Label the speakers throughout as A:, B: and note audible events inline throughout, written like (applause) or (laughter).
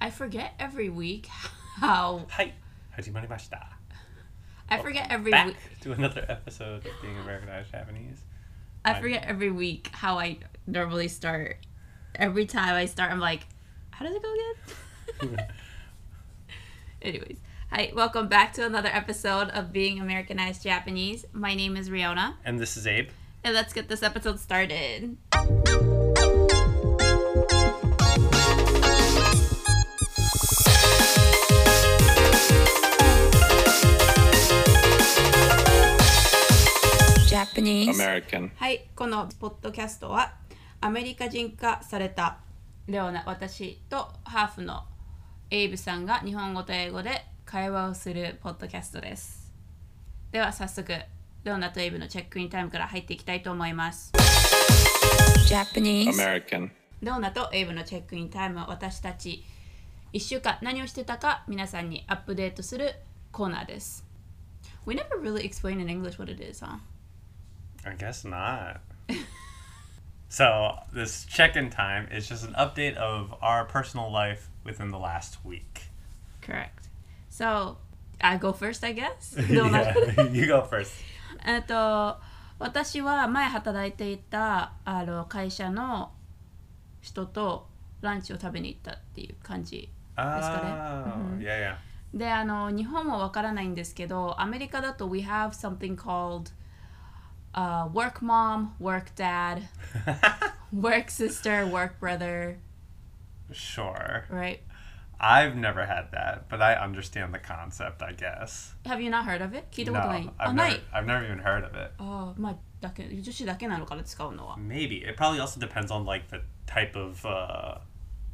A: I forget every week how
B: はい始まりました
A: I forget every
B: Back
A: week
B: to another episode of Being Americanized Japanese
A: I
B: I'm-
A: forget every week how I normally start. Every time I start, I'm like, how does it go again? (laughs) Anyways, hi, welcome back to another episode of Being Americanized Japanese. My name is Riona,
B: And this is Abe
A: and let's get this episode started. Japanese.
B: American
A: はい、このポッドキャストはアメリカ人化されたレオナ私とハーフのエイブさんが日本語と英語で会話をするポッドキャストですでは早速レオナとエイブのチェックインタイムから入っていきたいと思います Japanese
B: American
A: レオナとエイブのチェックインタイムは私たち1週間何をしてたか皆さんにアップデートするコーナーです We never really explain in English what it is, huh?
B: I guess not (laughs) So this check-in time is just an update of our personal life within the
A: (laughs)
B: last week
A: Correct. So, I go first, I guess? どうな
B: (laughs) yeah, You
A: (laughs)
B: go first
A: えっと、私は前働いていたあの会社の人とランチを食べに行ったっていう感じ。
B: Ah,
A: Mhm.
B: yeah, yeah
A: で、あの、日本はわからないんですけど、アメリカだと We have something called、uh, work mom, work dad, (laughs) work sister, work brother,
B: (laughs) Sure
A: right?
B: I've never had that But I understand the concept, I guess
A: Have you not heard of it? 聞いた
B: No,
A: ことない。あ、
B: I've
A: な
B: never,
A: い。
B: I've never even heard of it
A: ああ、まあ、だけ、女子だけなのかな、使うのは。
B: Maybe it probably also depends on like the type of uh,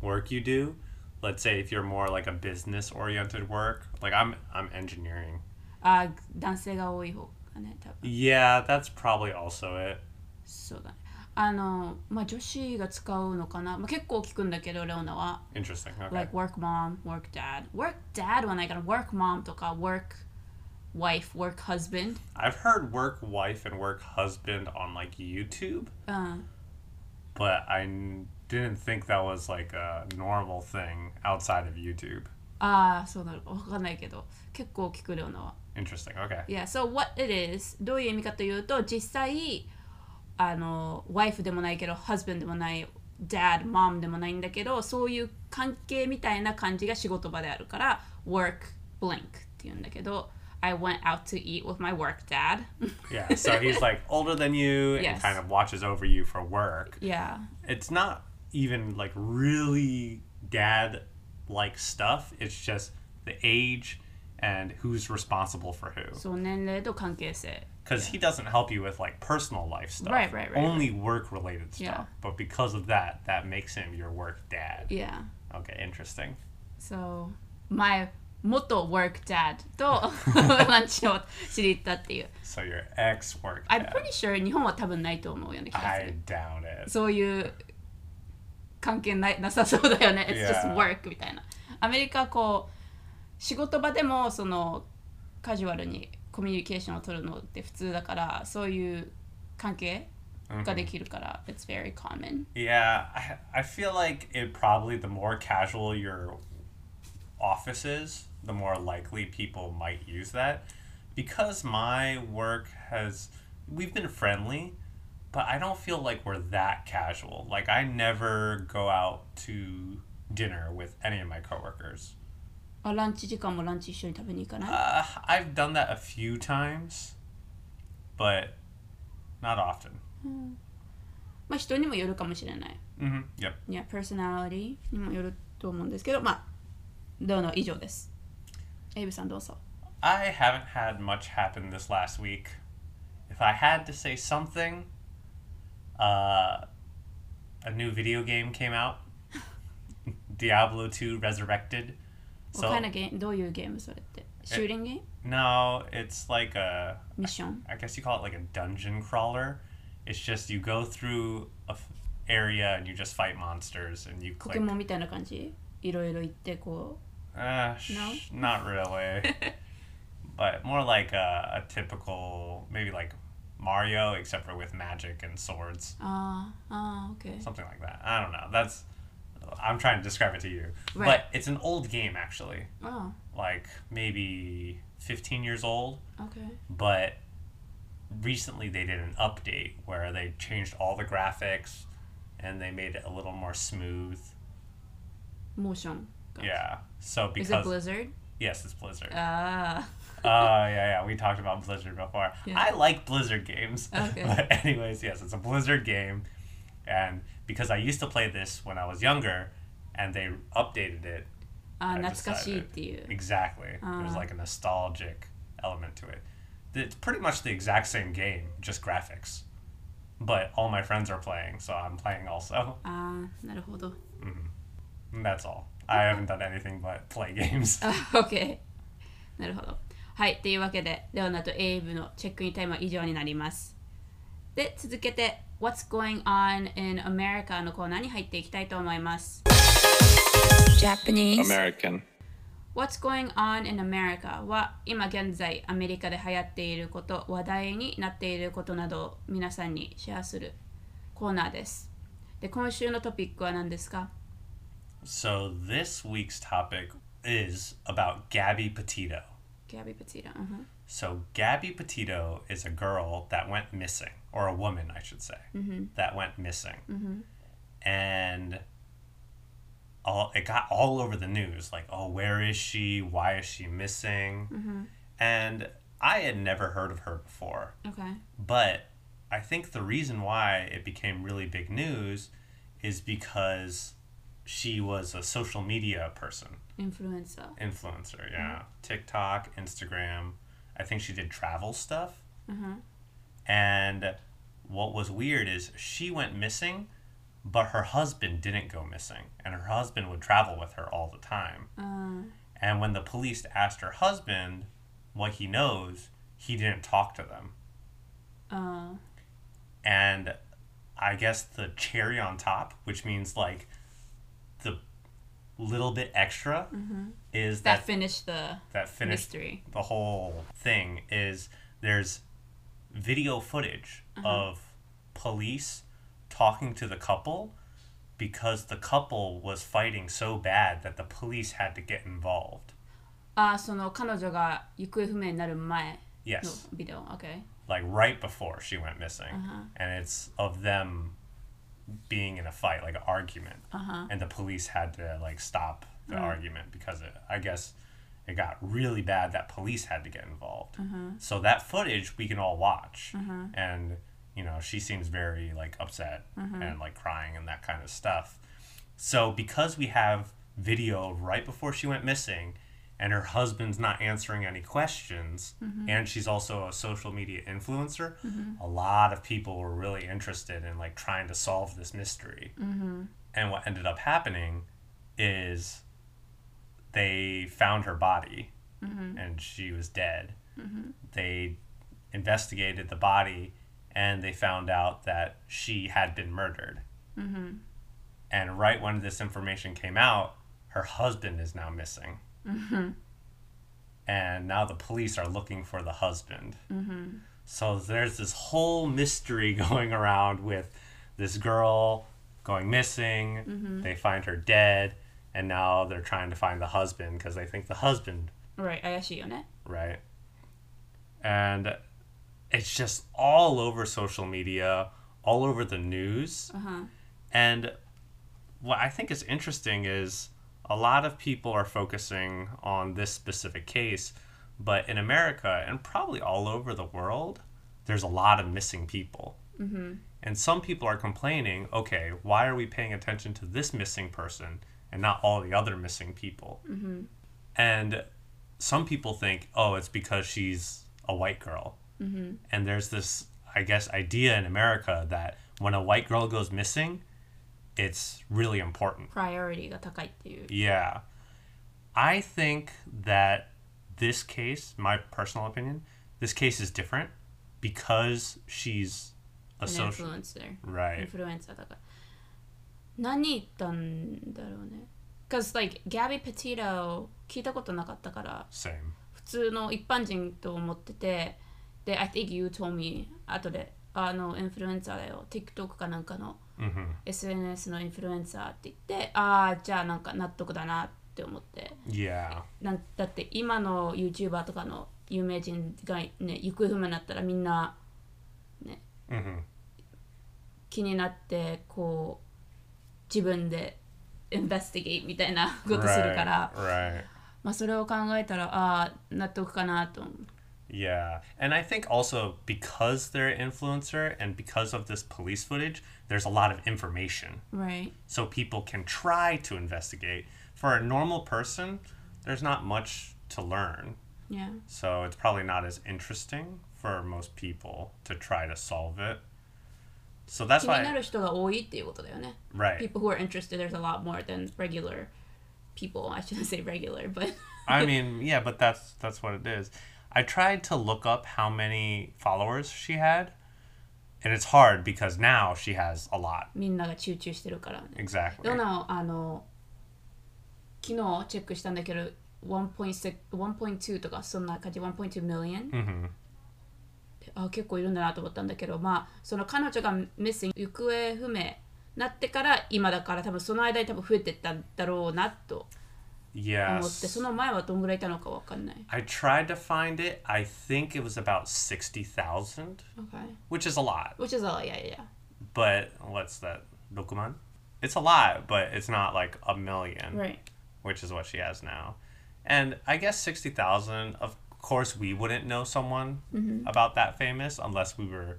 B: work you do. Let's say if you're more like a business oriented work, like I'm I'm engineering.
A: あー男性が多い方がね多分
B: Yeah, that's probably also it.
A: そうだねあのまあ女子が使うのかな、まあ、結構聞くんだけどレオナは、
B: Interesting. Okay.
A: like work mom work dad work dad はないから work mom とか work wife work husband
B: I've heard work wife and work husband on like YouTube,
A: うん、
B: but I n- didn't think that was like a normal thing outside of YouTube.
A: ああそうなのわかんないけど結構聞くレオナは
B: Interesting. Okay.
A: Yeah, so what it is どういう意味かというと実際あのワイフでもないけど husband でもない dad mom でもないんだけどそういう関係みたいな感じが仕事場であるから work blank っていうんだけど I went out to eat with my work dad
B: Yeah. So he's like older than you
A: (laughs)
B: and
A: Yes.
B: kind of watches over you for work.
A: (laughs) Yeah
B: it's not even like really dad like stuff. It's just the age and who's responsible for who.
A: そう年齢と関係性
B: Because he doesn't help you with like personal life stuff.
A: Right, right, right,
B: Only work related
A: Yeah.
B: stuff. But because of that, that makes him your work dad.
A: Yeah
B: Okay, interesting.
A: So my 元 work (laughs) dad とランチを知り行ったっていう
B: So your ex work
A: I'm
B: dad.
A: pretty sure 日本は多分ないと思うよね気がする
B: I doubt it.
A: そういう関係ないなさそうだよね。It's just
B: Yeah.
A: work みたいな。アメリカはこう仕事場でもそのカジュアルにコミュニケーションを取るのって普通だからそういう関係ができるから、It's very common.
B: Yeah, I, I feel like it probably the more casual your office is, the more likely people might use that. Because my work has, we've been friendly, but I don't feel like we're that casual. Like, I never go out to dinner with any of my coworkers.
A: あランチ時間もランチ一緒に食べに行かない
B: Uh, I've done that a few times, but not often.
A: まあ人にもよるかもしれない。
B: hmm Yep.
A: いや、パーソナリティにもよると思うんですけど、まあ、どうの以上です。エイブさんどうぞ。
B: I haven't had much happen this last week. If I had to say something, uh, a new video game came out (laughs) Diablo 2 Resurrected.
A: わかんないゲームどういうゲームそれって。シューティングゲーム
B: no, it's like a,
A: ミッション
B: I guess you call it like a dungeon crawler. It's just you go through a f- area and you just fight monsters and you
A: ポ
B: click.
A: ケモンみたいな感じいろいろ行ってこ
B: Uh, sh-
A: No?
B: Not
A: (laughs)
B: really. but more like a, a typical, maybe like Mario, except for with magic and swords.
A: うあーあー OK
B: Something like that. I don't know. That's I'm trying to describe it to you.
A: Right.
B: But it's an old game actually,
A: Oh,
B: like maybe 15 years old,
A: okay.
B: but recently they did an update where they changed all the graphics and they made it a little more smooth.
A: Motion.
B: Yeah. So
A: Is it
B: because
A: Blizzard?
B: yes, it's Blizzard.
A: Ah.
B: Oh yeah, yeah. We talked about Blizzard before.
A: Yeah.
B: I like Blizzard games.
A: (laughs) Okay.
B: But anyways, yes, it's a Blizzard game, and because I used to play this when I was younger, and they updated it
A: Ah
B: I
A: 懐
B: just
A: かしいっ
B: decided-
A: ていう。
B: exactly. There's
A: Ah.
B: like a nostalgic element to it. It's pretty much the exact same game, just graphics. But all my friends are playing, so I'm playing also.
A: ああ、なるほど。 (laughs)
B: And that's all. I haven't done anything but play (laughs) games.
A: あ、OK。なるほど。はい、というわけで、レオナとエイブのチェックインタイムは以上になります。で、続けて、What's going on in America のコーナーに入っていきたいと思います。
C: Japanese.
D: American.
A: What's going on in America は今現在アメリカで流行っていること、話題になっていることなどを皆さんにシェアするコーナーです。で、今週のトピックは何ですか
B: So this week's topic is about Gabby Petito.
A: ギャビ・プチーラ。うんふん
B: So Gabby Petito is a girl that went missing, or a woman, I should say, that went missing, and all it got all over the news. Like, oh, where is she? Why is she missing? And I had never heard of her before,
A: Okay.
B: but I think the reason why it became really big news is because she was a social media person
A: インフルエンサー。
B: influencer yeah tiktok instagram i think she did travel stuff and what was weird is she went missing but her husband didn't go missing and her husband would travel with her all the time and when the police asked her husband what he knows he didn't talk to them and i guess the cherry on top which means like the little bit extra is
A: That
B: that
A: finished the
B: that finished
A: mystery.
B: the whole thing is there's video footage of police talking to the couple because the couple was fighting so bad that the police had to get involved.
A: ああ、その彼女が行方不明になる前の
B: Yes,
A: ビデオ。Okay.
B: like right before she went missing. And it's of them being in a fight, like an argument. And the police had to like stop the argument because it, I guess it got really bad that police had to get involved. So that footage we can all watch. And, you know, she seems very like upset and like crying and that kind of stuff. So because we have video right before she went missing and her husband's not answering any questions and she's also a social media influencer, a lot of people were really interested in like trying to solve this mystery. And what ended up happening is they found her body and she was dead. They investigated the body and they found out that she had been murdered. And right when this information came out, her husband is now missing. And now the police are looking for the husband. So there's this whole mystery (laughs) going around with this girl going missing. They find her dead. And now they're trying to find the husband because they think the husband
A: Right. 怪しいよね。
B: right? And it's just all over social media, all over the news. And what I think is interesting is a lot of people are focusing on this specific case, but in America and probably all over the world, there's a lot of missing people. And some people are complaining, okay, why are we paying attention to this missing person and not all the other missing people? And some people think, oh, it's because she's a white girl. Mm-hmm. And there's this, I guess, idea in America that when a white girl goes missing, it's really important.
A: プライオリティが高いっていう。
B: Yeah. I think that this case, my personal opinion, this case is different because she's a
A: An
B: social.
A: influencer. イン
B: Right.
A: フルエンサーだから。何言ったんだろうね。Cause like Gabby Petito を聞いたことなかったから、
B: Same.
A: 普通の一般人と思ってて、で、I think you told me 後で、あの、インフルエンサーだよ、TikTok かなんかの SNS のインフルエンサーって言ってああじゃあなんか納得だなって思って
B: Yeah.
A: なんだって今の YouTuber とかの有名人が、ね、行方不明になったらみんな、ね、
B: hmm
A: 気になってこう自分でインベスティゲイみたいなことするから、
B: Right.
A: まあ、それを考えたらああ納得かなと思う。
B: Yeah. And I think also because they're an influencer and because of this police footage, there's a lot of information.
A: Right.
B: So people can try to investigate. For a normal person, there's not much to learn.
A: Yeah.
B: So it's probably not as interesting for most people to try to solve it. So that's
A: 気にな
B: why
A: る人が多いっていうことだよね。
B: right.
A: People who are interested, there's a lot more than regular people. I shouldn't say regular, but (laughs)
B: I mean, yeah, but that's that's what it is. I tried to look up how many followers she had, and it's hard because now she has a lot.
A: みんなが集中してるからね。
B: Exactly.
A: ロナをあの昨日チェックしたんだけど1.6 1.2とかそんな感じ1.2 million、あ結構いるんだなと思ったんだけどまあその彼女が missing 行方不明なってから今だから多分その間に多分増えてったんだろうなと思って
B: Yes.
A: その前はどんぐらいいたのかわかんない
B: I tried to find it. I think it was about 60,000,
A: Okay
B: which is a lot.
A: which is all yeah yeah yeah
B: But what's that? Dokuman? It's a lot, but it's not like a million.
A: right
B: which is what she has now. And I guess 60,000, of course, we wouldn't know someone
A: Mm-hmm.
B: about that famous unless we were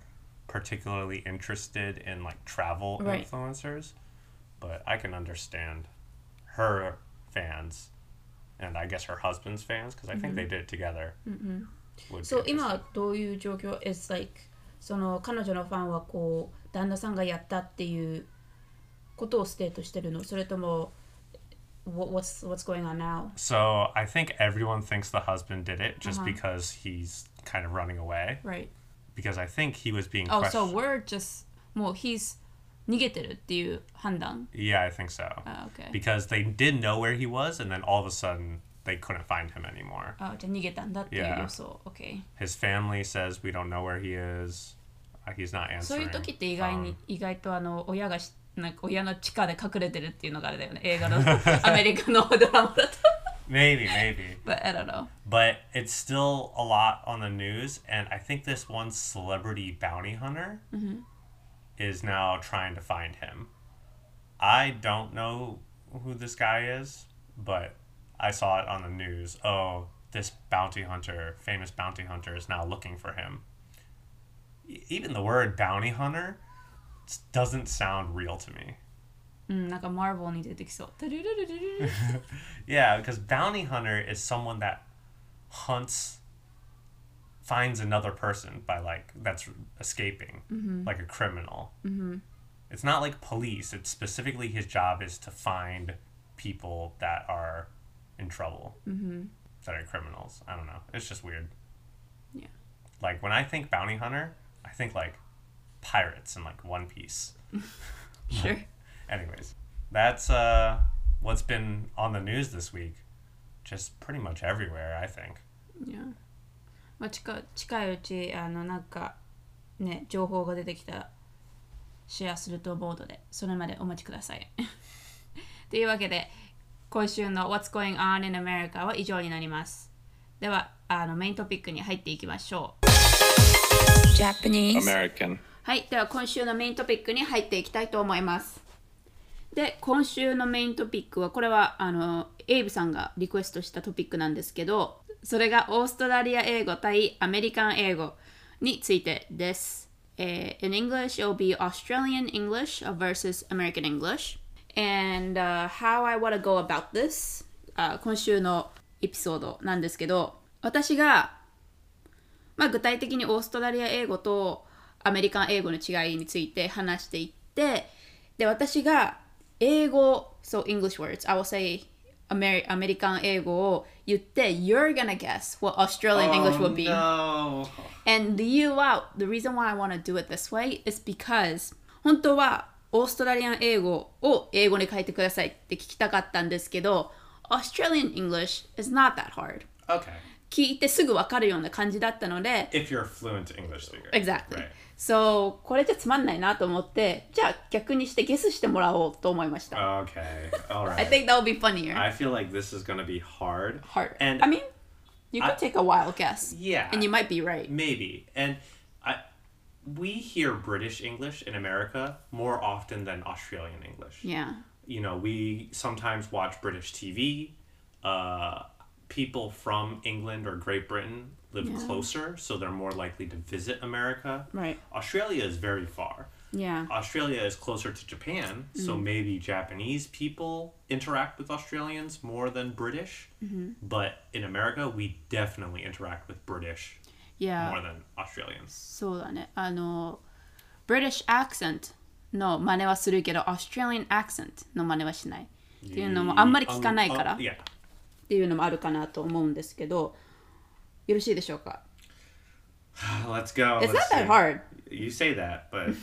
B: particularly interested in like travel
A: Right.
B: influencers. But I can understand her fans and I guess her husband's fans because I think they did it together. Mm-hmm. Would
A: そう
B: be
A: 今
B: interesting.
A: はどういう状況 It's like その彼女のファンはこう旦那さんがやったっていうことをステートしてるのそれとも what, what's, what's going on now?
B: so I think everyone thinks the husband did it
A: Uh-huh.
B: just because he's kind of running away
A: Right.
B: because I think he was being
A: Oh, so
B: questioned.
A: we're just もう he's 逃げてるっていう判断
B: yeah, I think so.
A: Ah, okay.
B: because they did know where he was and then all of a sudden they couldn't find him anymore
A: あじゃあ逃げたんだっていう
B: Yeah.
A: 予想。Okay.
B: his family says we don't know where he is Uh, he's not
A: そうい
B: answering
A: う時って意外に
B: phone.
A: 意外とあの親がしなんか親の地下で隠れてるっていうのがあれだ
B: (laughs)
A: よね映画のアメリカのドラマだと。
B: maybe maybe
A: But I don't know.
B: but it's still a lot on the news and i think this one celebrity bounty hunter is now trying to find him i don't know who this guy is but i saw it on the news oh this bounty hunter famous bounty hunter is now looking for him E- even the word bounty hunter s- doesn't sound real to me
A: うんなんかマーボーに出てきそう。ルルルルルル
B: Yeah, because bounty hunter is someone that hunts, finds another person by like that's escaping, like a criminal. Mm-hmm. It's not like police. It's specifically his job is to find people that are in trouble, mm-hmm. that are criminals. I don't know. It's just weird.
A: Yeah.
B: Like when I think bounty hunter, I think like pirates and like One Piece.
A: Sure.
B: Anyways, that's uh, what's been on the news this week. Just pretty much everywhere, I think.
A: Yeah. まあ、近近いうちあのなんかね情報が出てきたらシェアするとボードでそれまでお待ちください。というわけで今週の What's Going On in America は以上になります。ではあのメイントピックに入っていきましょう。Japanese
B: American.
A: はい、では今週のメイントピックに入っていきたいと思います。で、今週のメイントピックは、これはあのエイブさんがリクエストしたトピックなんですけど、それがオーストラリア英語対アメリカン英語についてです。えー In English, it will be Australian English versus American English. And、how I want to go about this、あ今週のエピソードなんですけど、私がまあ、具体的にオーストラリア英語とアメリカン英語の違いについて話していってで私が英語 so English words I will say アメリアメリカン英語を言って You're gonna guess what Australian English will be、
B: Oh, No.
A: And the you out, the reason why I want to do it this way is because 本当はオーストラリアン英語を英語に変えてくださいって聞きたかったんですけど Australian English is not that hard
B: Okay.
A: 聞いてすぐ分かるような感じだったので
B: If you're a fluent English speaker.
A: Exactly.
B: Right.
A: So これじゃつまんないなと思ってじゃあ逆にしてゲスしてもらおうと思いました。
B: Okay. All right.
A: I think that would be funnier.
B: I feel like this is gonna be hard.
A: Hard.
B: And
A: I mean, you could
B: I-
A: take a wild guess.
B: yeah.
A: And you might be right.
B: Maybe. And I we hear British English in America more often than Australian English.
A: Yeah.
B: You know, we sometimes watch British TV. Uh, people from England or Great Britain live closer, so they're more likely to visit America.
A: Right.
B: Australia is very far.
A: Yeah. Mm-hmm.
B: Australia is closer to Japan, so maybe Japanese people interact with Australians more than British.
A: Mm-hmm.
B: But in America, we definitely interact with British more
A: Yeah.
B: than Australians.
A: そうだね。あの、British accent の真似はするけど、Australian accent の真似はしない。っていうのもあんまり聞かないからっ
B: Um, uh, yeah.
A: ていうのもあるかなと思うんですけど、よろしいでしょうか
B: Let's go.
A: It's not
B: Let's
A: that
B: see.
A: hard.
B: You say that,
A: (laughs)
B: but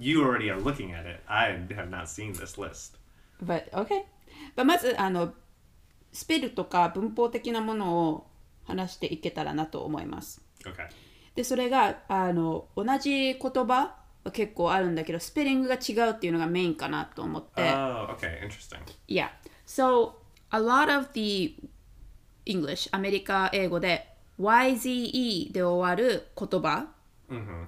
B: you already are looking at it. I have not seen this list.
A: But, okay. But まず、あの、スペルとか文法的なものを話していけたらなと思います。
B: Okay.
A: でそれがあの同じ言葉は結構あるんだけどスペリングが違うっていうのがメインかなと思って、
B: Oh, okay. Interesting.
A: Yeah so a lot of the English アメリカ英語で YZE で終わる言葉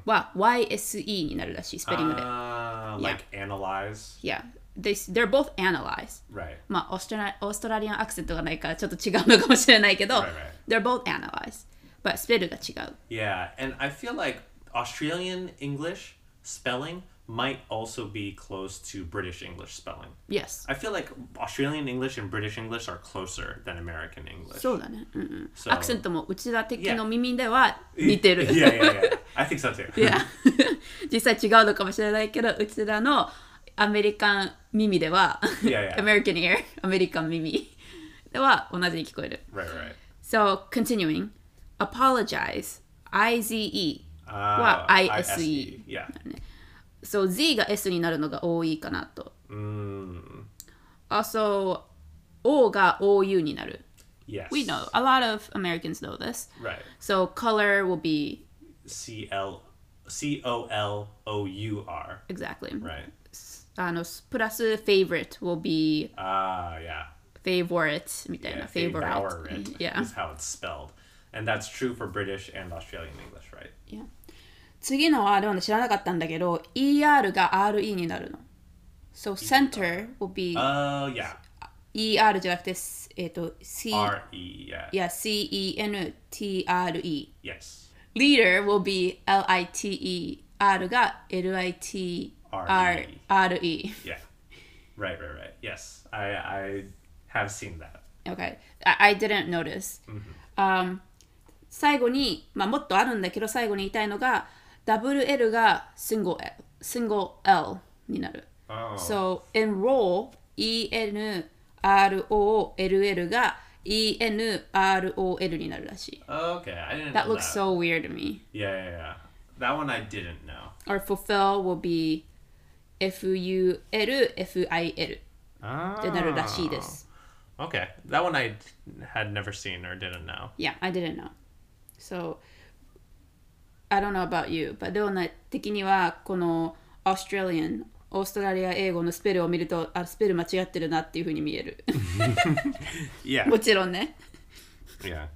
A: は YSE になるらしいスペリングで、
B: Uh, like analyze.
A: Yeah they, they're both analyze
B: Right.
A: まあオーストラオーストラリアンアクセントがないからちょっと違うのかもしれないけど、
B: Right, right.
A: they're both analyze but スペルが違う
B: Yeah, and I feel like Australian English spelling might also be close to British English spelling.
A: Yes
B: I feel like Australian English and British English are closer than American English.
A: そうだね、うんうん、
B: So-
A: アクセントも内田的の耳では似てる
B: (laughs) yeah, yeah, yeah. I think so too.
A: (laughs) Yeah. (laughs) 実際違うのかもしれないけど内田のアメリカン耳では
B: Yeah,
A: (laughs)
B: yeah.
A: American ear アメリカン耳では同じに聞こえる
B: (laughs) Right, right.
A: So continuing apologize IZE Well,
B: Uh,
A: ISE.
B: Yeah.
A: So Z が S になるのが多いかなと
B: Mm,
A: Also O が OU になる
B: yes.
A: We know a lot of Americans know this
B: Right.
A: So color will be
B: C L C O L O U R.
A: exactly
B: Right.
A: あのプラス favorite will be
B: Ah, yeah.
A: favorite みたい
B: Yeah,
A: な favorite (laughs)
B: favorite
A: Yeah.
B: is how it's spelled. And that's true for British and Australian English, right?
A: Yeah. 次のワードはね知らなかったんだけど ER が RE になるの So center will be
B: Oh,
A: E
B: yeah.
A: ER じゃなくてすえっ、と C
B: R E, yeah.
A: いや CENTRE
B: Yes.
A: Leader will be LITE R が LITRE RE
B: Yeah. Right, right, right. Yes. I I have seen that.
A: Okay. I, I didn't notice. Um, 最後に、まあ、もっとあるんだけど最後に言いたいのが WL が single L, single L になる。
B: Oh.
A: So enroll ENROLL が ENROL になるらしい。
B: okay, I didn't
A: That
B: know
A: looks so weird to me.
B: Yeah, yeah, yeah. That one I didn't know.
A: Or fulfill will be FULFIL
B: Oh.
A: になるらしいです。
B: Ah. Okay. That one I had never seen or didn't know.
A: Yeah, I didn't know. So, I don't know about you, but レオナ的にはこの Australian、オーストラリア英語のスペルを見ると、あ、スペル間違ってるなっていうふうに見える。 (laughs)
B: Yeah.
A: もちろんね。
B: Yeah.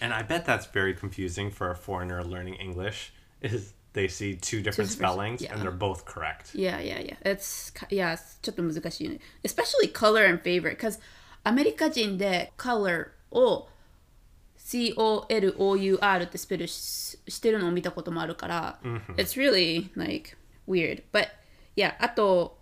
B: And I bet that's very confusing for a foreigner learning English is they see two different
A: different-
B: spellings
A: yeah.
B: and they're both correct.
A: Yeah, yeah, yeah. It's, yeah, it's ちょっと難しいね。Especially color and favorite, because アメリカ人で color を C-O-L-O-U-R ってスペルししてるのを見たこともあるから、It's really like weird. But yeah, あと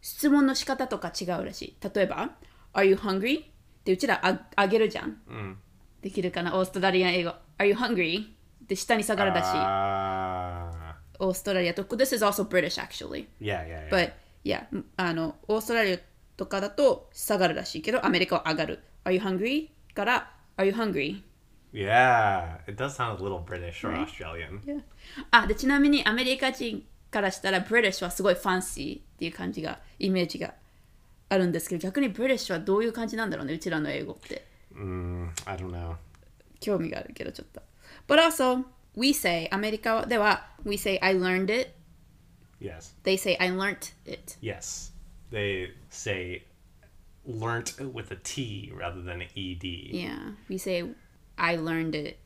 A: 質問の仕方とか違うらしい。例えば、Are you hungry? ってうちらああげるじゃん。できるかなオーストラリア英語。Are you hungry? って下に下がるらしい。
B: Ah.
A: オーストラリアと、This is also British actually.
B: yeah, yeah, yeah.
A: But yeah, あの、オーストラリアとかだと下がるらしいけど、アメリカは上がる。Are you hungry? から、Are you hungry?
B: yeah, it does sound a little British or Australian.
A: あ、で、ちなみにアメリカ人からしたら、British はすごいファンシーっていう感じが、イメージがあるんですけど、逆に British はどういう感じなんだろうね、うちらの英語って。
B: Mm, I don't know.
A: 興味があるけどちょっと。But also, we say アメリカでは we say I learned it,
B: Yes.
A: they say I learnt it.
B: Yes. They say learnt with a T rather than E an ED.
A: Yeah, we say I learned it,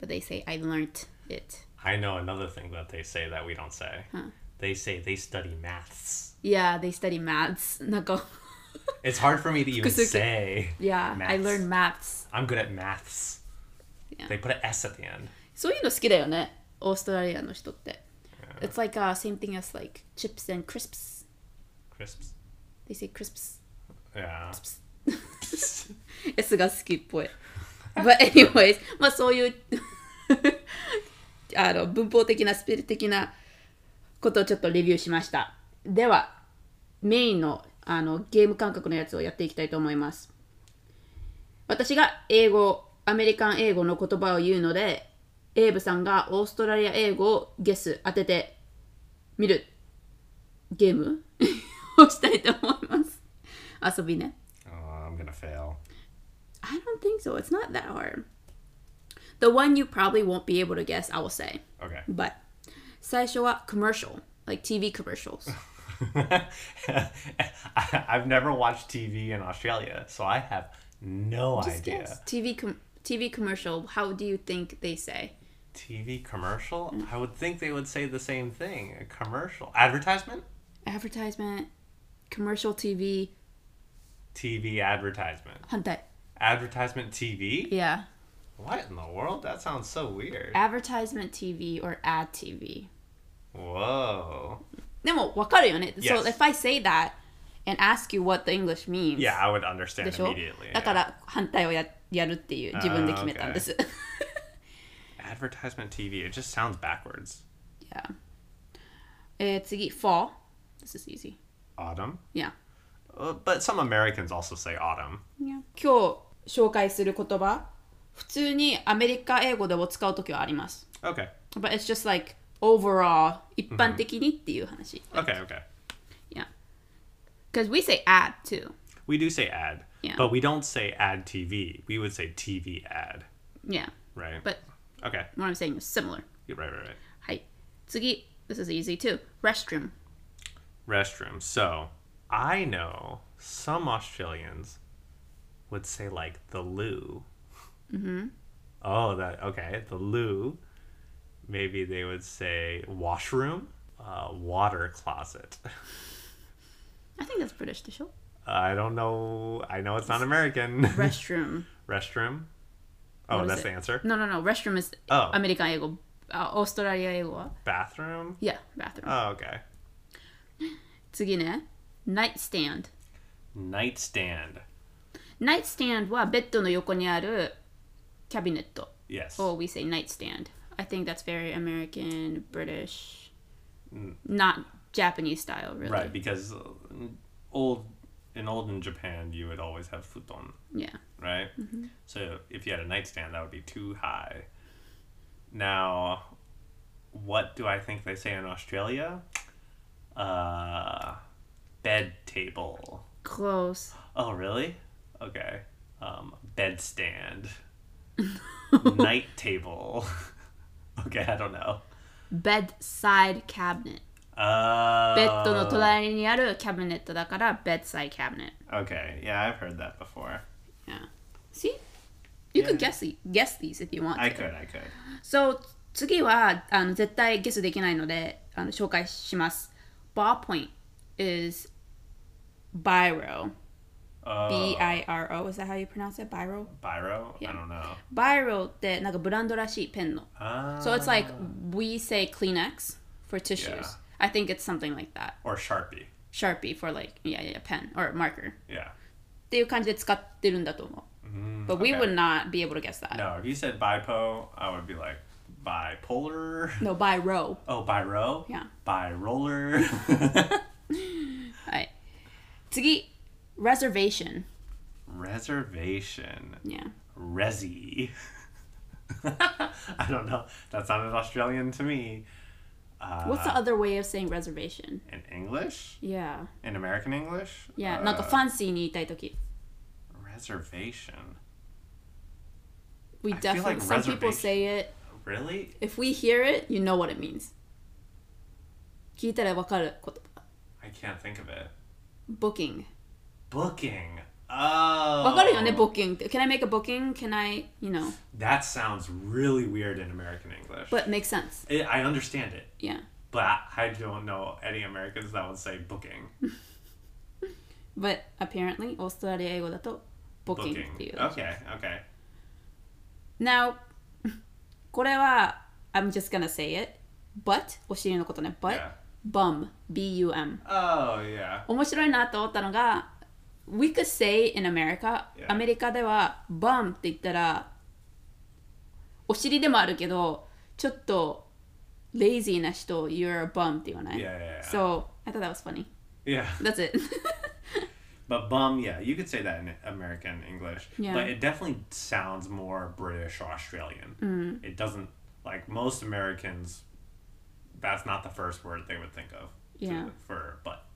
A: but they say I learnt it.
B: I know another thing that they say that we don't say. They say they study maths.
A: Yeah, they study maths. (laughs) なんか
B: It's hard for me
A: (laughs)
B: to even
A: Kusuke.
B: say.
A: Yeah, I
B: Maths.
A: learned maths.
B: I'm good at maths.
A: Yeah.
B: They put an S at the end.
A: そういうの好きだよね、オーストラリアの人って。It's like、uh, same thing as like chips and crisps.
B: Crisps.
A: They say crisps.
B: Yeah.
A: (laughs) S が好きっぽい。But anyways, まあそういう (laughs) あの文法的なスピリ的なことをちょっとレビューしました。では、メインのあのゲーム感覚のやつをやっていきたいと思います。私が英語、アメリカン英語の言葉を言うので、エイブさんがオーストラリア英語をゲス当ててみるゲーム (laughs) をしたいと思います。遊びね。
B: Oh, I'm gonna fail.
A: I don't think so. It's not that hard. The one you probably won't be able to guess, I will say.
B: Okay. (laughs)
A: But 最初は commercial, like TV
B: (laughs)
A: commercials.
B: I, I've never watched TV in Australia, so I have no
A: Just
B: idea.
A: guess. TV com- TV commercial. How do you think they say?
B: TV commercial?
A: Mm.
B: I would think they would say the same thing. A commercial. Advertisement?
A: Advertisement, commercial TV.
B: TV advertisement.
A: 反対。
B: Advertisement TV?
A: Yeah.
B: What in the world? That sounds so weird.
A: Advertisement TV or ad TV.
B: Whoa.
A: でもわかるよね。
B: Yes.
A: So if I say that and ask you what the English means.
B: Yeah, I would understand
A: でしょ
B: immediately.
A: だか
B: yeah. Ah,
A: ら反対をややるっていう自分で決めたんです。
B: advertisement TV, it just sounds backwards.
A: Yeah. えー、次、fall. This is easy.
B: Autumn?
A: Yeah.
B: Uh, but some Americans also say autumn.
A: 今日紹介する言葉、普通にアメリカ英語でも使うときはあります。
B: Okay.
A: But it's just like overall, 一般的にっていう話。
B: Okay, okay.
A: Yeah. Because we say ad too.
B: We do say ad,
A: Yeah.
B: but we don't say ad TV. We would say TV ad,
A: Yeah.
B: right?
A: But
B: okay,
A: what I'm saying is similar.
B: Yeah, right, right, right.
A: はい。次、this is easy too. Restroom.
B: Restroom. So I know some Australians would say like the loo. Mm-hmm. Oh, that okay. The loo. Maybe they would say washroom, uh, water closet. (laughs)
A: I think that's British でしょ
B: I don't know. I know it's not American. (laughs)
A: Restroom.
B: Restroom. Oh,
A: What is
B: that's
A: it?
B: the answer.
A: no, no, no. Restroom is
B: Oh.
A: アメリカン英語。あオーストラリア英語は
B: Bathroom.
A: Yeah, bathroom.
B: Oh, okay.
A: 次ね。nightstand。
B: Nightstand.
A: nightstand はベッドの横にあるキャビネット
B: Yes.
A: or we say nightstand I think that's very American, British not Japanese style really
B: Mm. Right, because uh, old in olden Japan, you would always have futon,
A: yeah
B: right?
A: Mm-hmm.
B: So if you had a nightstand, that would be too high. Now, what do I think they say in Australia? Uh, bed table.
A: close
B: Oh, really? Okay. Um,
A: (laughs)
B: bed stand. Night table. (laughs) okay, I don't know.
A: bedside cabinet
B: Uh,
A: ベッドの隣にあるキャビネットだから bedside cabinet
B: Okay, yeah, I've heard that before.
A: yeah see you could
B: Yeah.
A: guess, the- guess these if you want
B: I could, I could.
A: so 次はあの絶対ゲスできないのであの紹介します ballpoint is biro
B: Uh,
A: B-I-R-O. Is that how you pronounce it? Biro?
B: Biro?
A: Yeah.
B: I don't know.
A: Biro ってなんかブランドらしいペンの。
B: Uh,
A: So it's like we say Kleenex for tissues.
B: Yeah.
A: I think it's something like that.
B: or Sharpie.
A: Sharpie for like, yeah, yeah, yeah, pen or marker. っ
B: Yeah.
A: ていう感じで使ってるんだと思う。But we
B: Mm-hmm. okay.
A: would not be able to guess that.
B: No, if you said bipo, I would be like bipolar. (laughs)
A: No, biro.
B: Oh, biro.
A: Yeah.
B: Biroller. (laughs)
A: はい。次、reservation.
B: Reservation.
A: Yeah.
B: Resi. (laughs) I don't know. That sounded Australian to me.
A: What's
B: Uh,
A: the other way of saying reservation?
B: In English?
A: Yeah.
B: In American English?
A: Yeah.
B: Uh,
A: なんかファンシーに言いたいとき。
B: Reservation.
A: We
B: I feel
A: definitely
B: like
A: some people
B: reservation-
A: say it.
B: Really?
A: If we hear it, you know what it means. 聞いたらわかる言葉。
B: I can't think of it.
A: Booking.
B: Booking. Oh.
A: わかるよね、booking. Can I make a booking? Can I, you know?
B: That sounds really weird in American English.
A: But makes sense.
B: it, I understand it,
A: Yeah.
B: but I, I don't know any Americans that would say booking.
A: But apparently, オーストラリア英語だと booking っていう。
B: Okay. Okay.
A: Now, (laughs) これは I'm just gonna say it. But お尻のことね。But
B: Yeah.
A: bum. B-U-M.
B: Oh yeah.
A: 面白いなと思ったのが We could say in America、
B: Yeah.
A: アメリカでは bum って言ったらお尻でもあるけどちょっと lazy な人を You're a bum って言わない
B: Yeah, yeah, yeah.
A: So I thought that was funny
B: Yeah.
A: That's it (laughs)
B: But bum, yeah, you could say that in American English.
A: Yeah.
B: But it definitely sounds more British or Australian.
A: Mm.
B: It doesn't like most Americans. That's not the first word they would think of. to-
A: Yeah.
B: for but.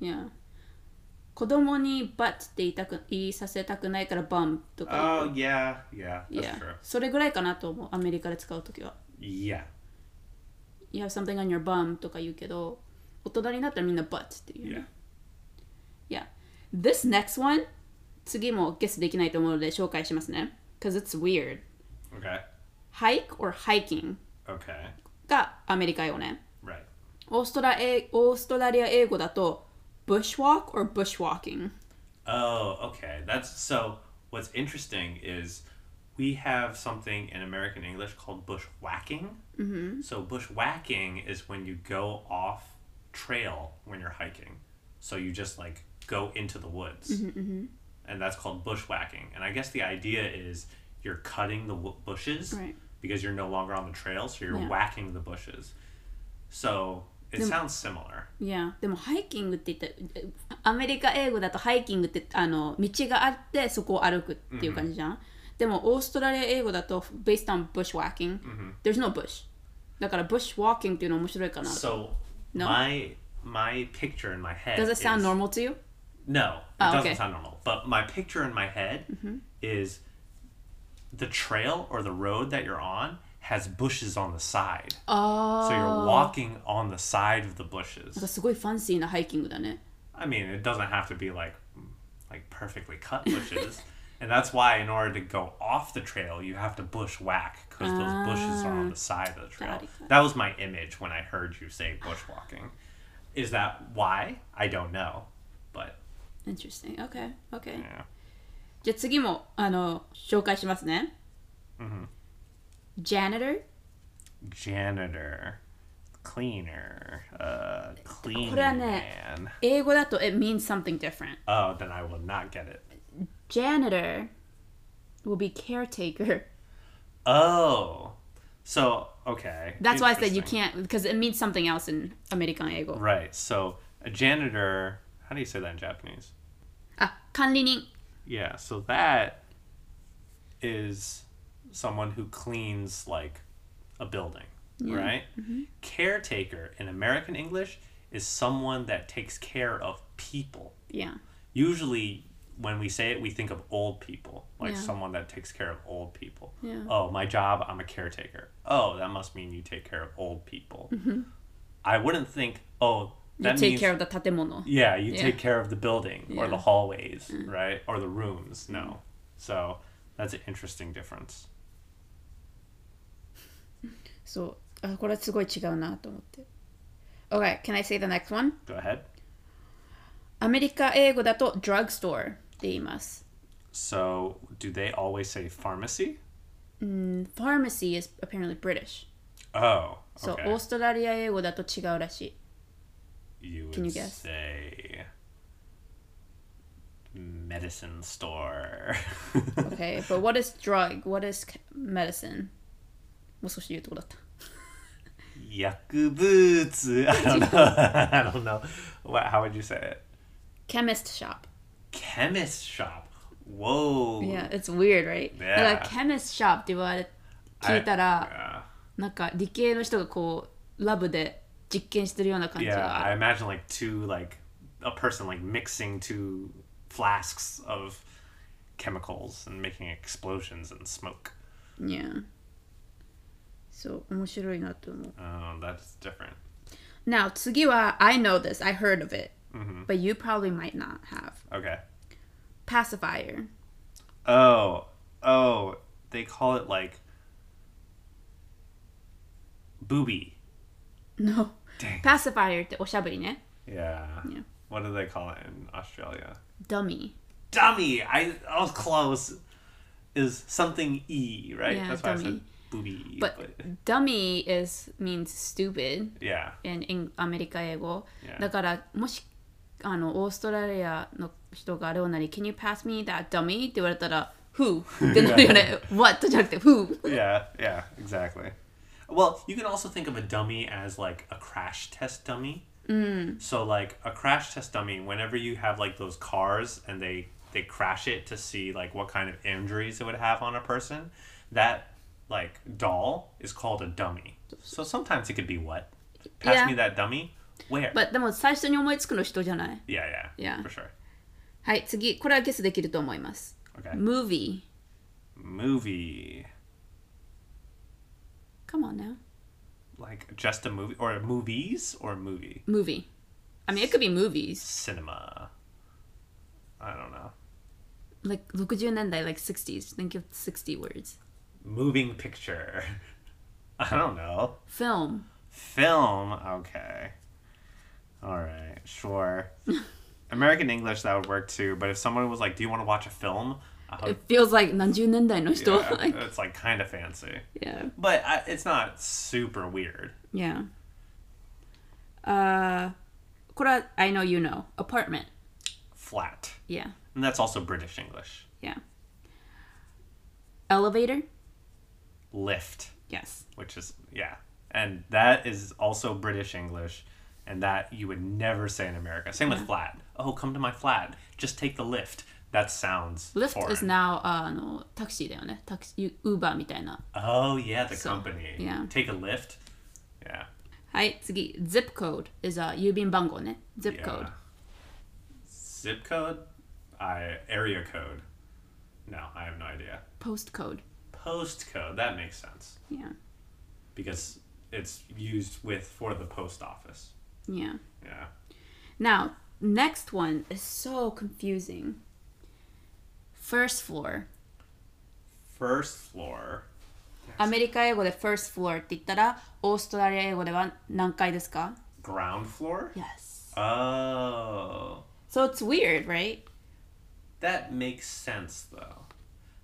A: Yeah 子供に but って言いたく言いさせたくないから bum とか
B: Oh yeah, yeah,
A: 言
B: that's
A: う
B: true.
A: それぐらいかなと思うアメリカで使うときは
B: Yeah.
A: You have something on your bum とか言うけど大人になったらみんな but っていうね、
B: Yeah.
A: Yeah. This next one, 次も guess できないと思うので紹介しますね。Because it's weird.
B: Okay.
A: Hike or hiking
B: Okay.
A: がアメリカ英語ね。
B: Right.
A: オーストラ英オーストラリア英語だと bushwalk or bushwalking。
B: Oh, okay. That's so. What's interesting is we have something in American English called bushwhacking. Mm-hmm. So bushwhacking is when you go off trail when you're hiking. So you just like go into the woods,
A: Mm-hmm,
B: and that's called bushwhacking. And I guess the idea is you're cutting the w- bushes
A: Right.
B: because you're no longer on the trail, so you're
A: Yeah.
B: whacking the bushes. So it sounds similar.
A: Yeah. でもハイキングって言ったアメリカ英語だとハイキングってあの道があってそこを歩くっていう感じじゃん。でもオーストラリア英語だと based on bushwhacking、there's no bush。だから bushwalking っていうの面白いかな。
B: So
A: No?
B: my my picture in my head
A: Does it sound
B: is-
A: normal to you?
B: No, it
A: Oh,
B: doesn't
A: okay. Mm-hmm.
B: sound normal. But my picture in my head is the trail or the road that you're on has bushes on the side.
A: Oh.
B: So you're walking on the side of the
A: なんか
B: bushes.
A: すごいファンシーなハイキングだね。
B: I mean, it doesn't have to be like like perfectly
A: (laughs)
B: cut bushes. and that's why in order to go off the trail, you have to bush whack cuz those bushes are on the side of the trail.
A: Ah. Got it, got it.
B: That was my image when I heard you say bushwalking. Is that why? I don't know. But
A: Interesting. Okay. Okay.
B: yeah.
A: じゃあ次もあの紹介しますね。Janitor?
B: janitor, cleaner, uh, clean
A: これはね
B: man.
A: 英語だと it means something different.
B: Oh, then I will not get it.
A: Janitor will be caretaker.
B: Oh, so okay.
A: That's why I said you
B: Interesting.
A: can't because it means something else in American 英語。
B: Right. So a janitor. How do you say that in Japanese?
A: あ、管理人。
B: Yeah. So that is someone who cleans like a building, right?
A: mm-hmm.
B: Caretaker in American English is someone that takes care of people.
A: Yeah.
B: usually when we say it we think of old people like
A: Yeah.
B: someone that takes care of old people
A: Yeah.
B: oh my job i'm a caretaker oh that must mean you take care of old people i wouldn't think oh
A: Mm-hmm. You
B: that
A: take
B: means
A: care of the 建物。
B: yeah you
A: Yeah.
B: take care of the building or
A: Yeah. Mm-hmm.
B: the hallways right or the rooms no so that's an interesting difference
A: そう。あ、ah, これはすごい違うなと思って。Okay, can I say the next one?
B: go ahead
A: アメリカ英語だと drugstore って言います。
B: so do they always say pharmacy
A: Pharmacy is apparently British.
B: oh
A: So
B: okay.
A: オーストラリア英語だと違うらしい。
B: you would
A: Can you guess?
B: say
A: (laughs)
B: medicine store.
A: Okay, but what is drug? What is ca- medicine? もう少し言うとこだった。
B: Yakubutsu. I don't know. (laughs) I don't know. What, how would you say it?
A: Chemist shop.
B: Chemist shop. Whoa.
A: Yeah, it's weird, right?
B: Yeah.
A: だから chemist shop って言われ
B: I-
A: 聞いたら、
B: yeah.
A: なんか理系の人がこうラブで実験してるような感じ
B: yeah,
A: があ
B: I
A: る。
B: imagine like two like a person like mixing two flasks of chemicals and making explosions and smoke.
A: Yeah. そう、面白いなと思う。
B: Um, that's different.
A: Now, 次は I know this, I heard of it,
B: Mhm.
A: but you probably might not have.
B: Okay.
A: Pacifier. (laughs)
B: Oh, oh, they call it like booby.
A: No.
B: Dang.
A: Pacifier っておしゃぶりね。
B: Yeah.
A: Yeah.
B: What do they call it in Australia?
A: Dummy.
B: Dummy. I, I was close. Is something e right?
A: Yeah,
B: That's why I said
A: dummy.
B: booby.
A: But dummy is means stupid
B: yeah,
A: in, in アメリカ英語。
B: Yeah.
A: だからもしあのオーストラリアの人がレオナに「Can you pass me that dummy?」って言われたら「Who?」って (laughs)
B: (laughs)
A: なるよね。What? じゃなくて「Who?」 (laughs)
B: yeah, yeah. Exactly. Well, you can also think of a dummy as like a crash test dummy. Mm. So like a crash test dummy, whenever you have like those cars and they they crash it to see like what kind of injuries it would have on a person, that like doll is called a dummy. So sometimes it could be what? Pass
A: Yeah.
B: me that dummy. Where?
A: まあでも最初に思いつくの人じゃない
B: Yeah, yeah.
A: Yeah.
B: For sure.
A: はい次これはゲスできると思います。
B: Okay.
A: Movie
B: Movie.
A: Come on now
B: Like just a movie or movies or movie?
A: Movie I mean it could be movies
B: Cinema. I don't know.
A: Like 60年代 like 60s Think of 60 words
B: Moving picture. (laughs) I don't know.
A: Film
B: Film. Okay. All right. Sure. American English that would work too, but if someone was like, "Do you want to watch a film?" I would,
A: It feels like 何十年代の人
B: yeah,
A: like,
B: it's like kind of fancy,
A: (laughs) yeah.
B: but I, it's not super weird.
A: Yeah. Uh, これは I know you know. Apartment.
B: Flat,
A: Yeah.
B: and that's also British English.
A: Yeah. Elevator?
B: Lift.
A: Yes.
B: which is yeah and that is also british english and that you would never say in america same with flat oh come to my flat just take the lift that sounds
A: Lyft
B: foreign.
A: is now uh, あのタクシーだよね。タクシー、Uber みたいな。
B: oh yeah the
A: So,
B: company
A: yeah.
B: take a lift yeah
A: はい、次。Zip code is a 郵便番号ね。Zip
B: yeah.
A: code.
B: zip code i area code no i have no idea
A: Postcode.
B: postcode that makes sense
A: Yeah.
B: because it's used with for the post office
A: Yeah.
B: yeah
A: Now, next one is so confusing. First floor.
B: first floor
A: アメリカ英語で first floor って言ったら、オーストラリア英語では何階ですか
B: ground floor
A: Yes.
B: Oh,
A: So it's weird, right?
B: that makes sense though,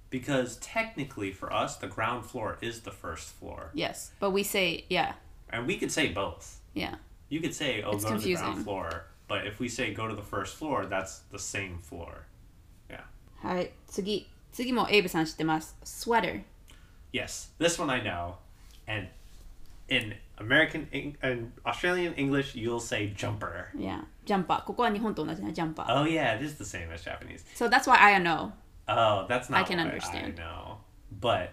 B: because technically for us the ground floor is the first floor,
A: Yes. But we say, yeah,
B: and we could say both.
A: yeah.
B: You could say, "Oh,
A: It's
B: go to the
A: confusing.
B: ground floor," but if we say "go to the first floor," that's the same floor. Yeah.
A: はい、次。次もエイブさん知ってます。Sweater.
B: Yes, this one I know, and in American Eng- and Australian English you'll say jumper.
A: Yeah. ジャンパー。ここは日本と同じなジャンパー。
B: Oh yeah, it is the same as Japanese.
A: So that's why I know.
B: Oh, that's not.
A: I can
B: what
A: understand.
B: I know, but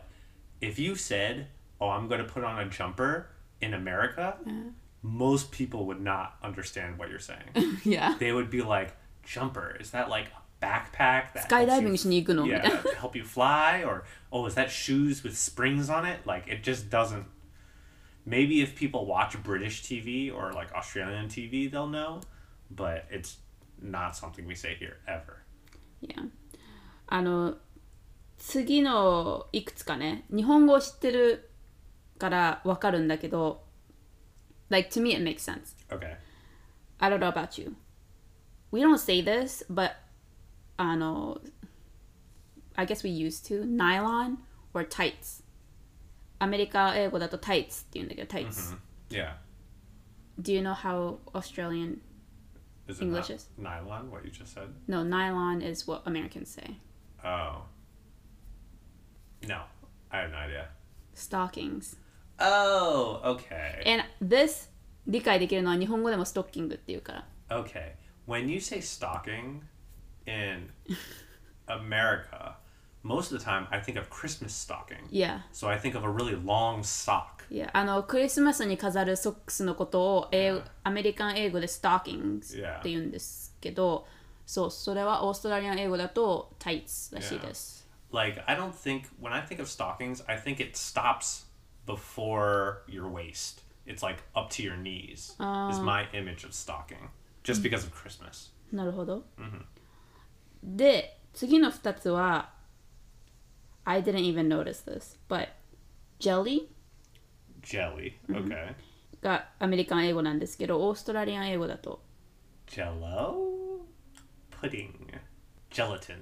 B: if you said, "Oh, I'm going to put on a jumper" in America,
A: Uh-huh.
B: most people would not understand what
A: (laughs)
B: you're saying.
A: (laughs) yeah.
B: they would be like, "Jumper? Is that like a backpack that helps
A: Skydiving
B: you-
A: しに行くのみ
B: Yeah,
A: たいな。
B: that help you fly, or oh, is that shoes with springs on it? Like it just doesn't. Maybe if people watch British TV or like Australian TV, they'll know, but it's not something we say here ever.
A: Yeah. あの、次のいくつかね、日本語を知ってるからわかるんだけど、like to me it makes sense.
B: Okay.
A: I don't know about you. We don't say this, but I know. I guess we used to nylon or tights. アメリカ英語だと tights って言うんだけど tights、
B: Yeah.
A: Do you know how Australian?
B: Is it
A: English
B: ni-
A: is-
B: nylon? What you just said?
A: No, nylon is what Americans say.
B: Oh. No, I have no idea.
A: Stockings.
B: Oh,
A: (laughs)
B: okay,
A: And this 理解できるのは日本語でもストッキングっていうから。
B: okay. When you say stocking
A: (laughs)
B: in America, most of the time I think of Christmas stocking.
A: Yeah.
B: So I think of a really long sock.
A: Yeah. あのクリスマスに飾るソックスのことを英語アメリカン英語で stockings
B: Yeah.
A: って言うんですけど、そうそれはオーストラリアン英語だと tights らしいです。
B: like I don't think when I think of stockings, I think it stops before your waist. It's like up to your knees is
A: Oh.
B: my image of stocking,
A: Mm.
B: just because of Christmas.
A: なるほど、で次の2つは I didn't even notice this but jelly
B: Jelly,
A: Mm-hmm.
B: okay.
A: がアメリカン英語なんですけどオーストラリアン英語だと
B: Jello, pudding, gelatin.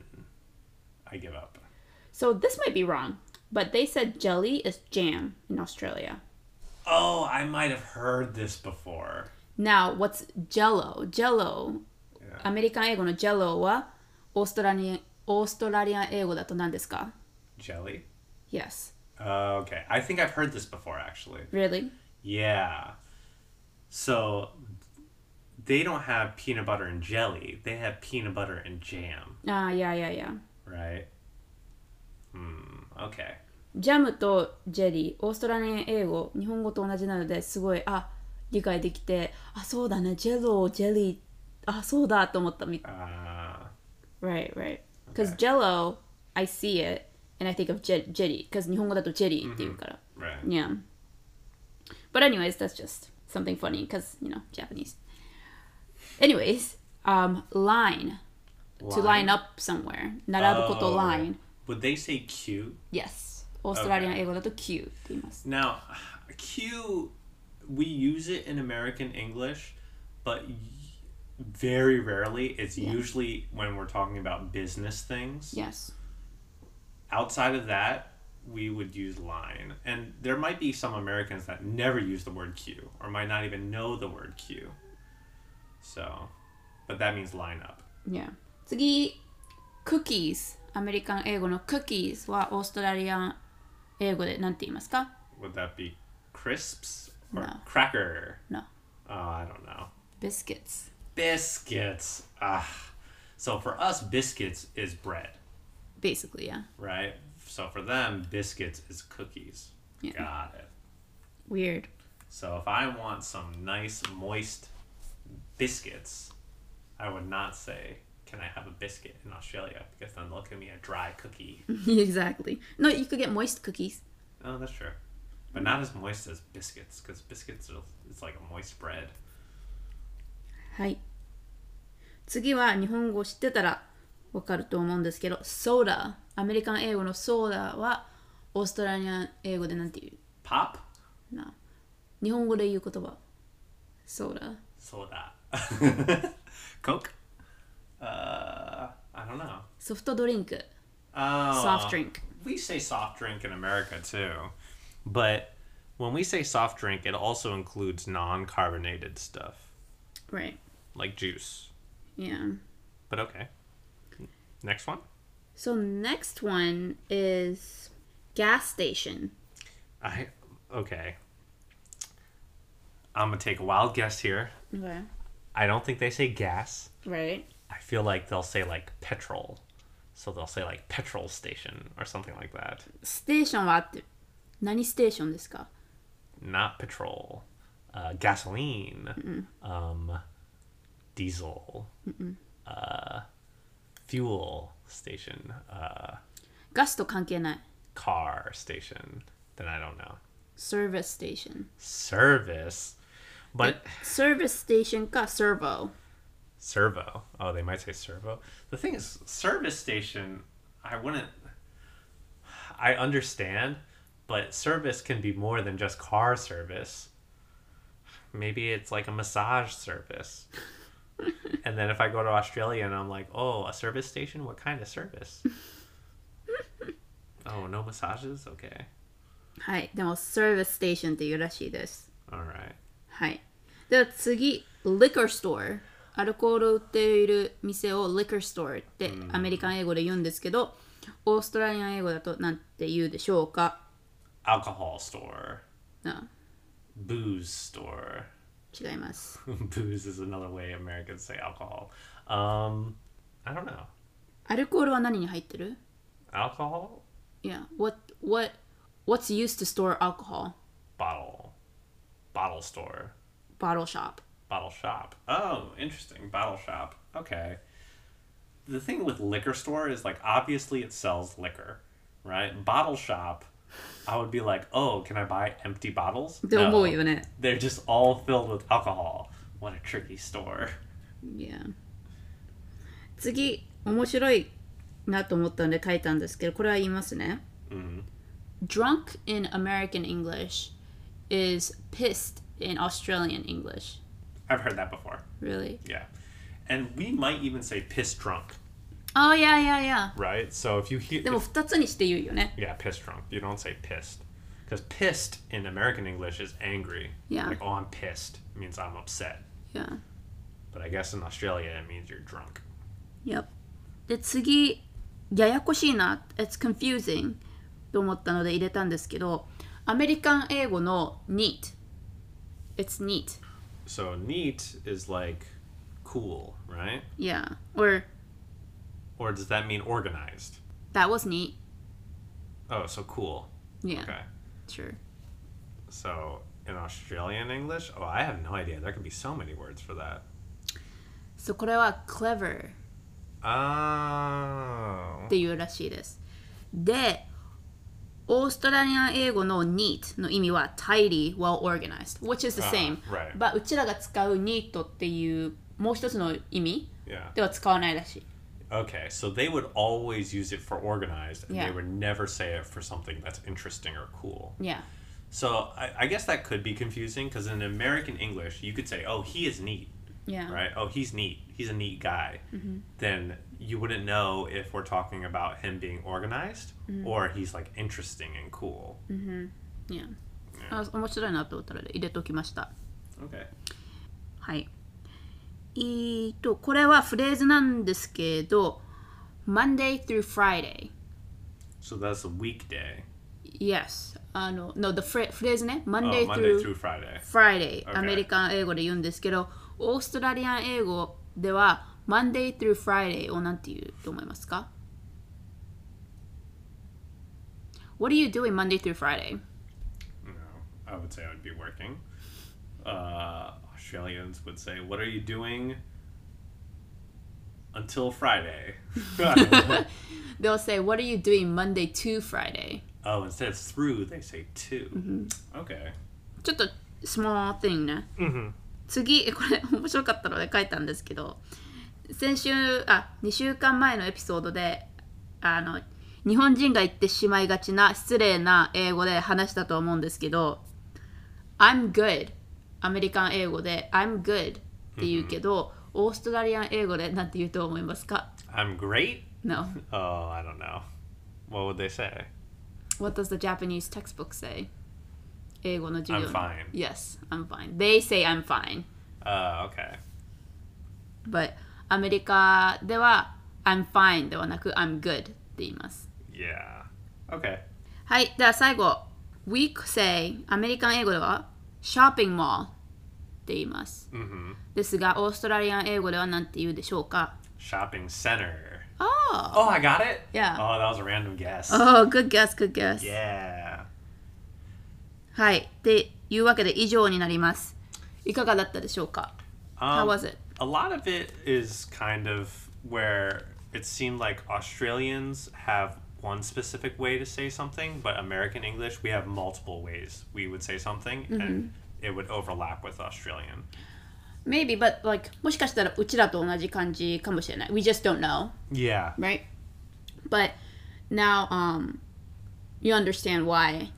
B: I give up.
A: So this might be wrong but they said jelly is jam in Australia
B: Oh, I might have heard this before.
A: Now, what's Jello? Jello、
B: Yeah.
A: アメリカン英語の Jello はオーストラリアオーストラリアン英語だと何ですか
B: Jelly.
A: ?Yes.
B: Uh, okay, I think I've heard this before actually.
A: Really?
B: Yeah. So they don't have peanut butter and jelly. They have peanut butter and jam,
A: Ah, yeah, yeah, yeah.
B: right? Hmm. Okay.
A: ジャムとジェリー、オーストラリアン英語、日本語と同じなのですごい、あ、理解できて、あ、そうだね、ジェロ、ジェリー、あ、そうだと思ったみ
B: Uh,
A: Right, right. Because Jello, I see it, and I think of Je- Jelly. Because 日本語だとジェリーって言うから。
B: right.
A: Yeah. But anyways, that's just something funny because you know Japanese. Anyways, um, line, to line up somewhere. 並ぶこと
B: Oh,
A: line.
B: Would they say cute?
A: Yes. オーストラリアの英語だと Q って言います。
B: Now, (sighs) Q, we use it in American English, but y- very rarely. It's usually when we're talking about business things.
A: Yes.
B: Outside of that, we would use line. And there might be some Americans that never use the word Q or might not even know the word Q. So, but that means line up.
A: Yeah. 次、cookies。アメリカン英語の cookies はオーストラリアン英語で何て言いますか
B: Would that be crisps or
A: No.
B: cracker?
A: No.
B: Oh, I don't know.
A: Biscuits.
B: biscuits. Ah. So for us, biscuits is bread,
A: Basically, yeah.
B: right? So for them, biscuits is cookies.
A: Yeah.
B: Got it.
A: Weird. (laughs)
B: So if I want some nice, moist biscuits, I would not say, Can I have a biscuit in Australia? Because then they'll give me a dry
A: (laughs)
B: cookie.
A: exactly. No, you could get moist cookies.
B: oh, that's true. But not as moist as biscuits, because biscuits are, it's like a moist bread.
A: はい。次は日本語を知ってたらわかると思うんですけど、ソーダ。アメリカン英語のソーダはオーストラリアン英語でなんて言
B: Pop?
A: うな日本語で言う言葉。ソーダ。
B: Soda.
A: (laughs)
B: (laughs) Coke? Uh, I don't know.
A: ソフトドリンク。
B: Oh,
A: Soft drink.
B: We say soft drink in America too, but when we say soft drink, it also includes non-carbonated stuff
A: Right.
B: like juice.
A: Yeah.
B: But okay. Next one.
A: So next one is gas station.
B: I okay. I'm gonna take a wild guess here.
A: Okay.
B: I don't think they say gas.
A: Right.
B: I feel like they'll say like petrol. So they'll say like petrol station or something like that.
A: ステーションはあってる。何ステーションですか
B: Not petrol. Uh, gasoline. Um, diesel. Uh, fuel station. Uh,
A: ガスと関係ない。
B: car station. Then I don't know.
A: service station.
B: Service. But
A: service station か servo.
B: servo. Oh, they might say servo. The thing is, service station, I wouldn't. I understand, but service can be more than just car service. Maybe it's like a massage service. and then if I go to Australia and I'm like, oh, a service station? What kind of service? oh, no massages? Okay.
A: はい、でも service station っていうらしいです。
B: All right.
A: はい。では次、liquor store。アルコールを売っている店を liquor store ってアメリカン英語で言うんですけど、オーストラリアン英語だとなんて言うでしょうか
B: Alcohol store,
A: あ
B: booze store.
A: 違います。
B: (laughs) booze is another way Americans say alcohol. Um, I don't know.
A: アルコールは何に入ってる
B: Alcohol
A: Yeah. What, what, what's used to store alcohol?
B: bottle, bottle store,
A: Bottle shop.
B: bottle shop. Oh, interesting. Bottle shop. Okay. the thing with liquor store is like obviously it sells liquor, right? Bottle shop, I would be like, oh, can I buy empty bottles?
A: って思うよね。
B: They're just all filled with alcohol. What a tricky store.
A: Yeah. 次面白いなと思ったので書いたんですけどこれは言いますね、Drunk in American English is pissed in Australian English
B: I've heard that before.
A: Really?
B: Yeah. And we might even say piss drunk,
A: Oh yeah yeah yeah
B: right? So if you hear
A: でも2つにして言うよね
B: Yeah, piss drunk. You don't say pissed. Because pissed in American English is angry.
A: Yeah.
B: Like, oh, I'm pissed means I'm upset.
A: Yeah
B: But I guess in Australia, it means you're drunk.
A: Yep で次ややこしいな It's confusing と思ったので入れたんですけどアメリカン英語の neat It's neat
B: So, neat is like cool, right?
A: Yeah or
B: Or does that mean organized?
A: that was neat
B: Oh, so cool.
A: Yeah
B: Okay.
A: sure
B: So, in Australian English, oh, I have no idea. There can be so many words for that.
A: そうこれは clever
B: Oh.
A: っていうらしいです。で、オーストラリア英語の neat の意味は tidy, well organized, which is the
B: あ
A: same.
B: right.
A: まあうちらが使う neat っていうもう一つの意味
B: Yeah.
A: では使わないらしい。
B: Okay, so they would always use it for organized, and
A: Yeah.
B: they would never say it for something that's interesting or cool.
A: Yeah.
B: So I, I guess that could be confusing because in American English, you could say, "Oh, he is neat,"
A: Yeah.
B: right? "Oh, he's neat. He's a neat guy."
A: Mm-hmm.
B: Then you wouldn't know if we're talking about him being organized
A: Mm-hmm.
B: or he's like interesting and cool.
A: Yeah. あ面白いなと思ったので入れておきました。
B: Okay.
A: はい。えーと、これはフレーズなんですけど、Monday through Friday。
B: So that's a weekday.
A: Yes. あの、no, the phrase- フレーズね。
B: Oh,
A: Monday
B: Monday
A: through
B: through Friday.
A: Friday、
B: Okay.
A: アメリカン英語で言うんですけど、オーストラリアン英語では Monday through Friday をなんて言うと思いますか ?What are you doing Monday through Friday? (laughs)
B: No, I would say I would be working. Uh, Australians would say, "What are you doing?"
A: (laughs)
B: Until Friday. (laughs)
A: They'll say, What are you doing Monday to Friday?
B: oh, instead of through, they say to.
A: Mm-hmm.
B: Okay.
A: ちょっと small thing ね。次、えこれ (laughs) 面白かったので書いたんですけど、先週、あ、2週間前のエピソードで、あの、日本人が言ってしまいがちな失礼な英語で話したと思うんですけど、I'm good。アメリカン英語で I'm good って言うけど、オーストラリアン英語でなんて言うと思いますか
B: I'm great.
A: ?No.
B: Oh, I don't know. What would they say?
A: What does the Japanese textbook say? 英語の授業に
B: I'm fine.
A: Yes, I'm fine. They say I'm fine.
B: Uh, okay.
A: But アメリカでは I'm fine ではなく I'm good って言います。
B: Yeah. Okay.
A: はい、では最後。We say アメリカン英語では shopping mall って言います。
B: hmm
A: ですが、オーストラリアン英語では何て言うでしょうか
B: Shopping center.
A: ああ
B: Oh, I got it.
A: Yeah.
B: Oh, that was a random guess.
A: Oh, good guess, good guess.
B: Yeah.
A: はい。っていうわけで以上になります。いかがだったでしょうか、?How
B: Um,
A: was it?
B: A lot of it is kind of where it seemed like Australians have one specific way to say something, but American English, we have multiple ways we would say something, and
A: Mm-hmm.
B: it would overlap with Australian.
A: Maybe, but like もしかしたらうちらと同じ感じかもしれない。We just don't know.
B: Yeah.
A: right? But now um you understand why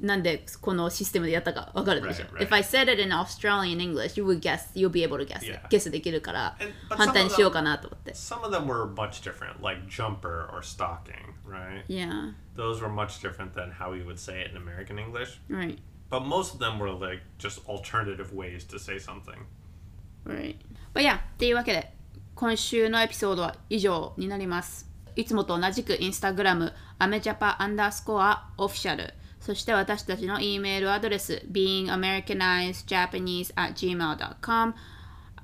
A: なんでこのシステムでやったかわかるでしょ。
B: Right, right.
A: If I said it in Australian English, you would guess, you'll be able to guess
B: Yeah.
A: it. ゲスできるから、
B: And- but
A: 反対にしようかなと思って。
B: Some of them were much different, like jumper or stocking, right?
A: Yeah,
B: Those were much different than how we would say it in American English.
A: right,
B: But most of them were like just alternative ways to say something.
A: right. But yeah, っていうわけで、今週のエピソードは以上になります。いつもと同じくインスタグラム、アメジャパアンダースコアオフィシャル、そして私たちの E メールアドレス、beingamericanizedjapanese.gmail.com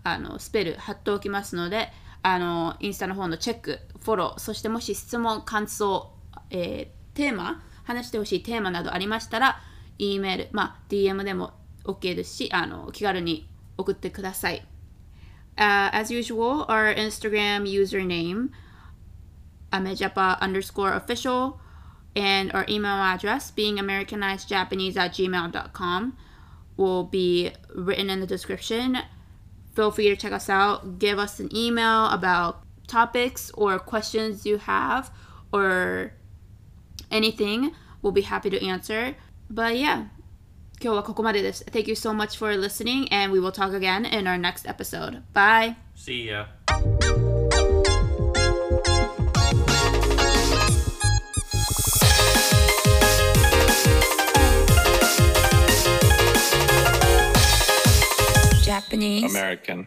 A: あのスペル貼っておきますのであのインスタの方のチェックフォローそしてもし質問感想、えーテーマ話してほしいテーマなどありましたら E メール、まあ、DM でも OK ですしあの気軽に送ってください。Uh, as usual, our Instagram username amejapa underscore official, and our email address, being AmericanizedJapanese at gmail.com, will be written in the description. Feel free to check us out. Give us an email about topics or questions you have or anything. We'll be happy to answer. But yeah, 今日はここまでです。Thank you so much for listening, and we will talk again in our next episode. Bye!
B: See ya.
E: Japanese.
F: American.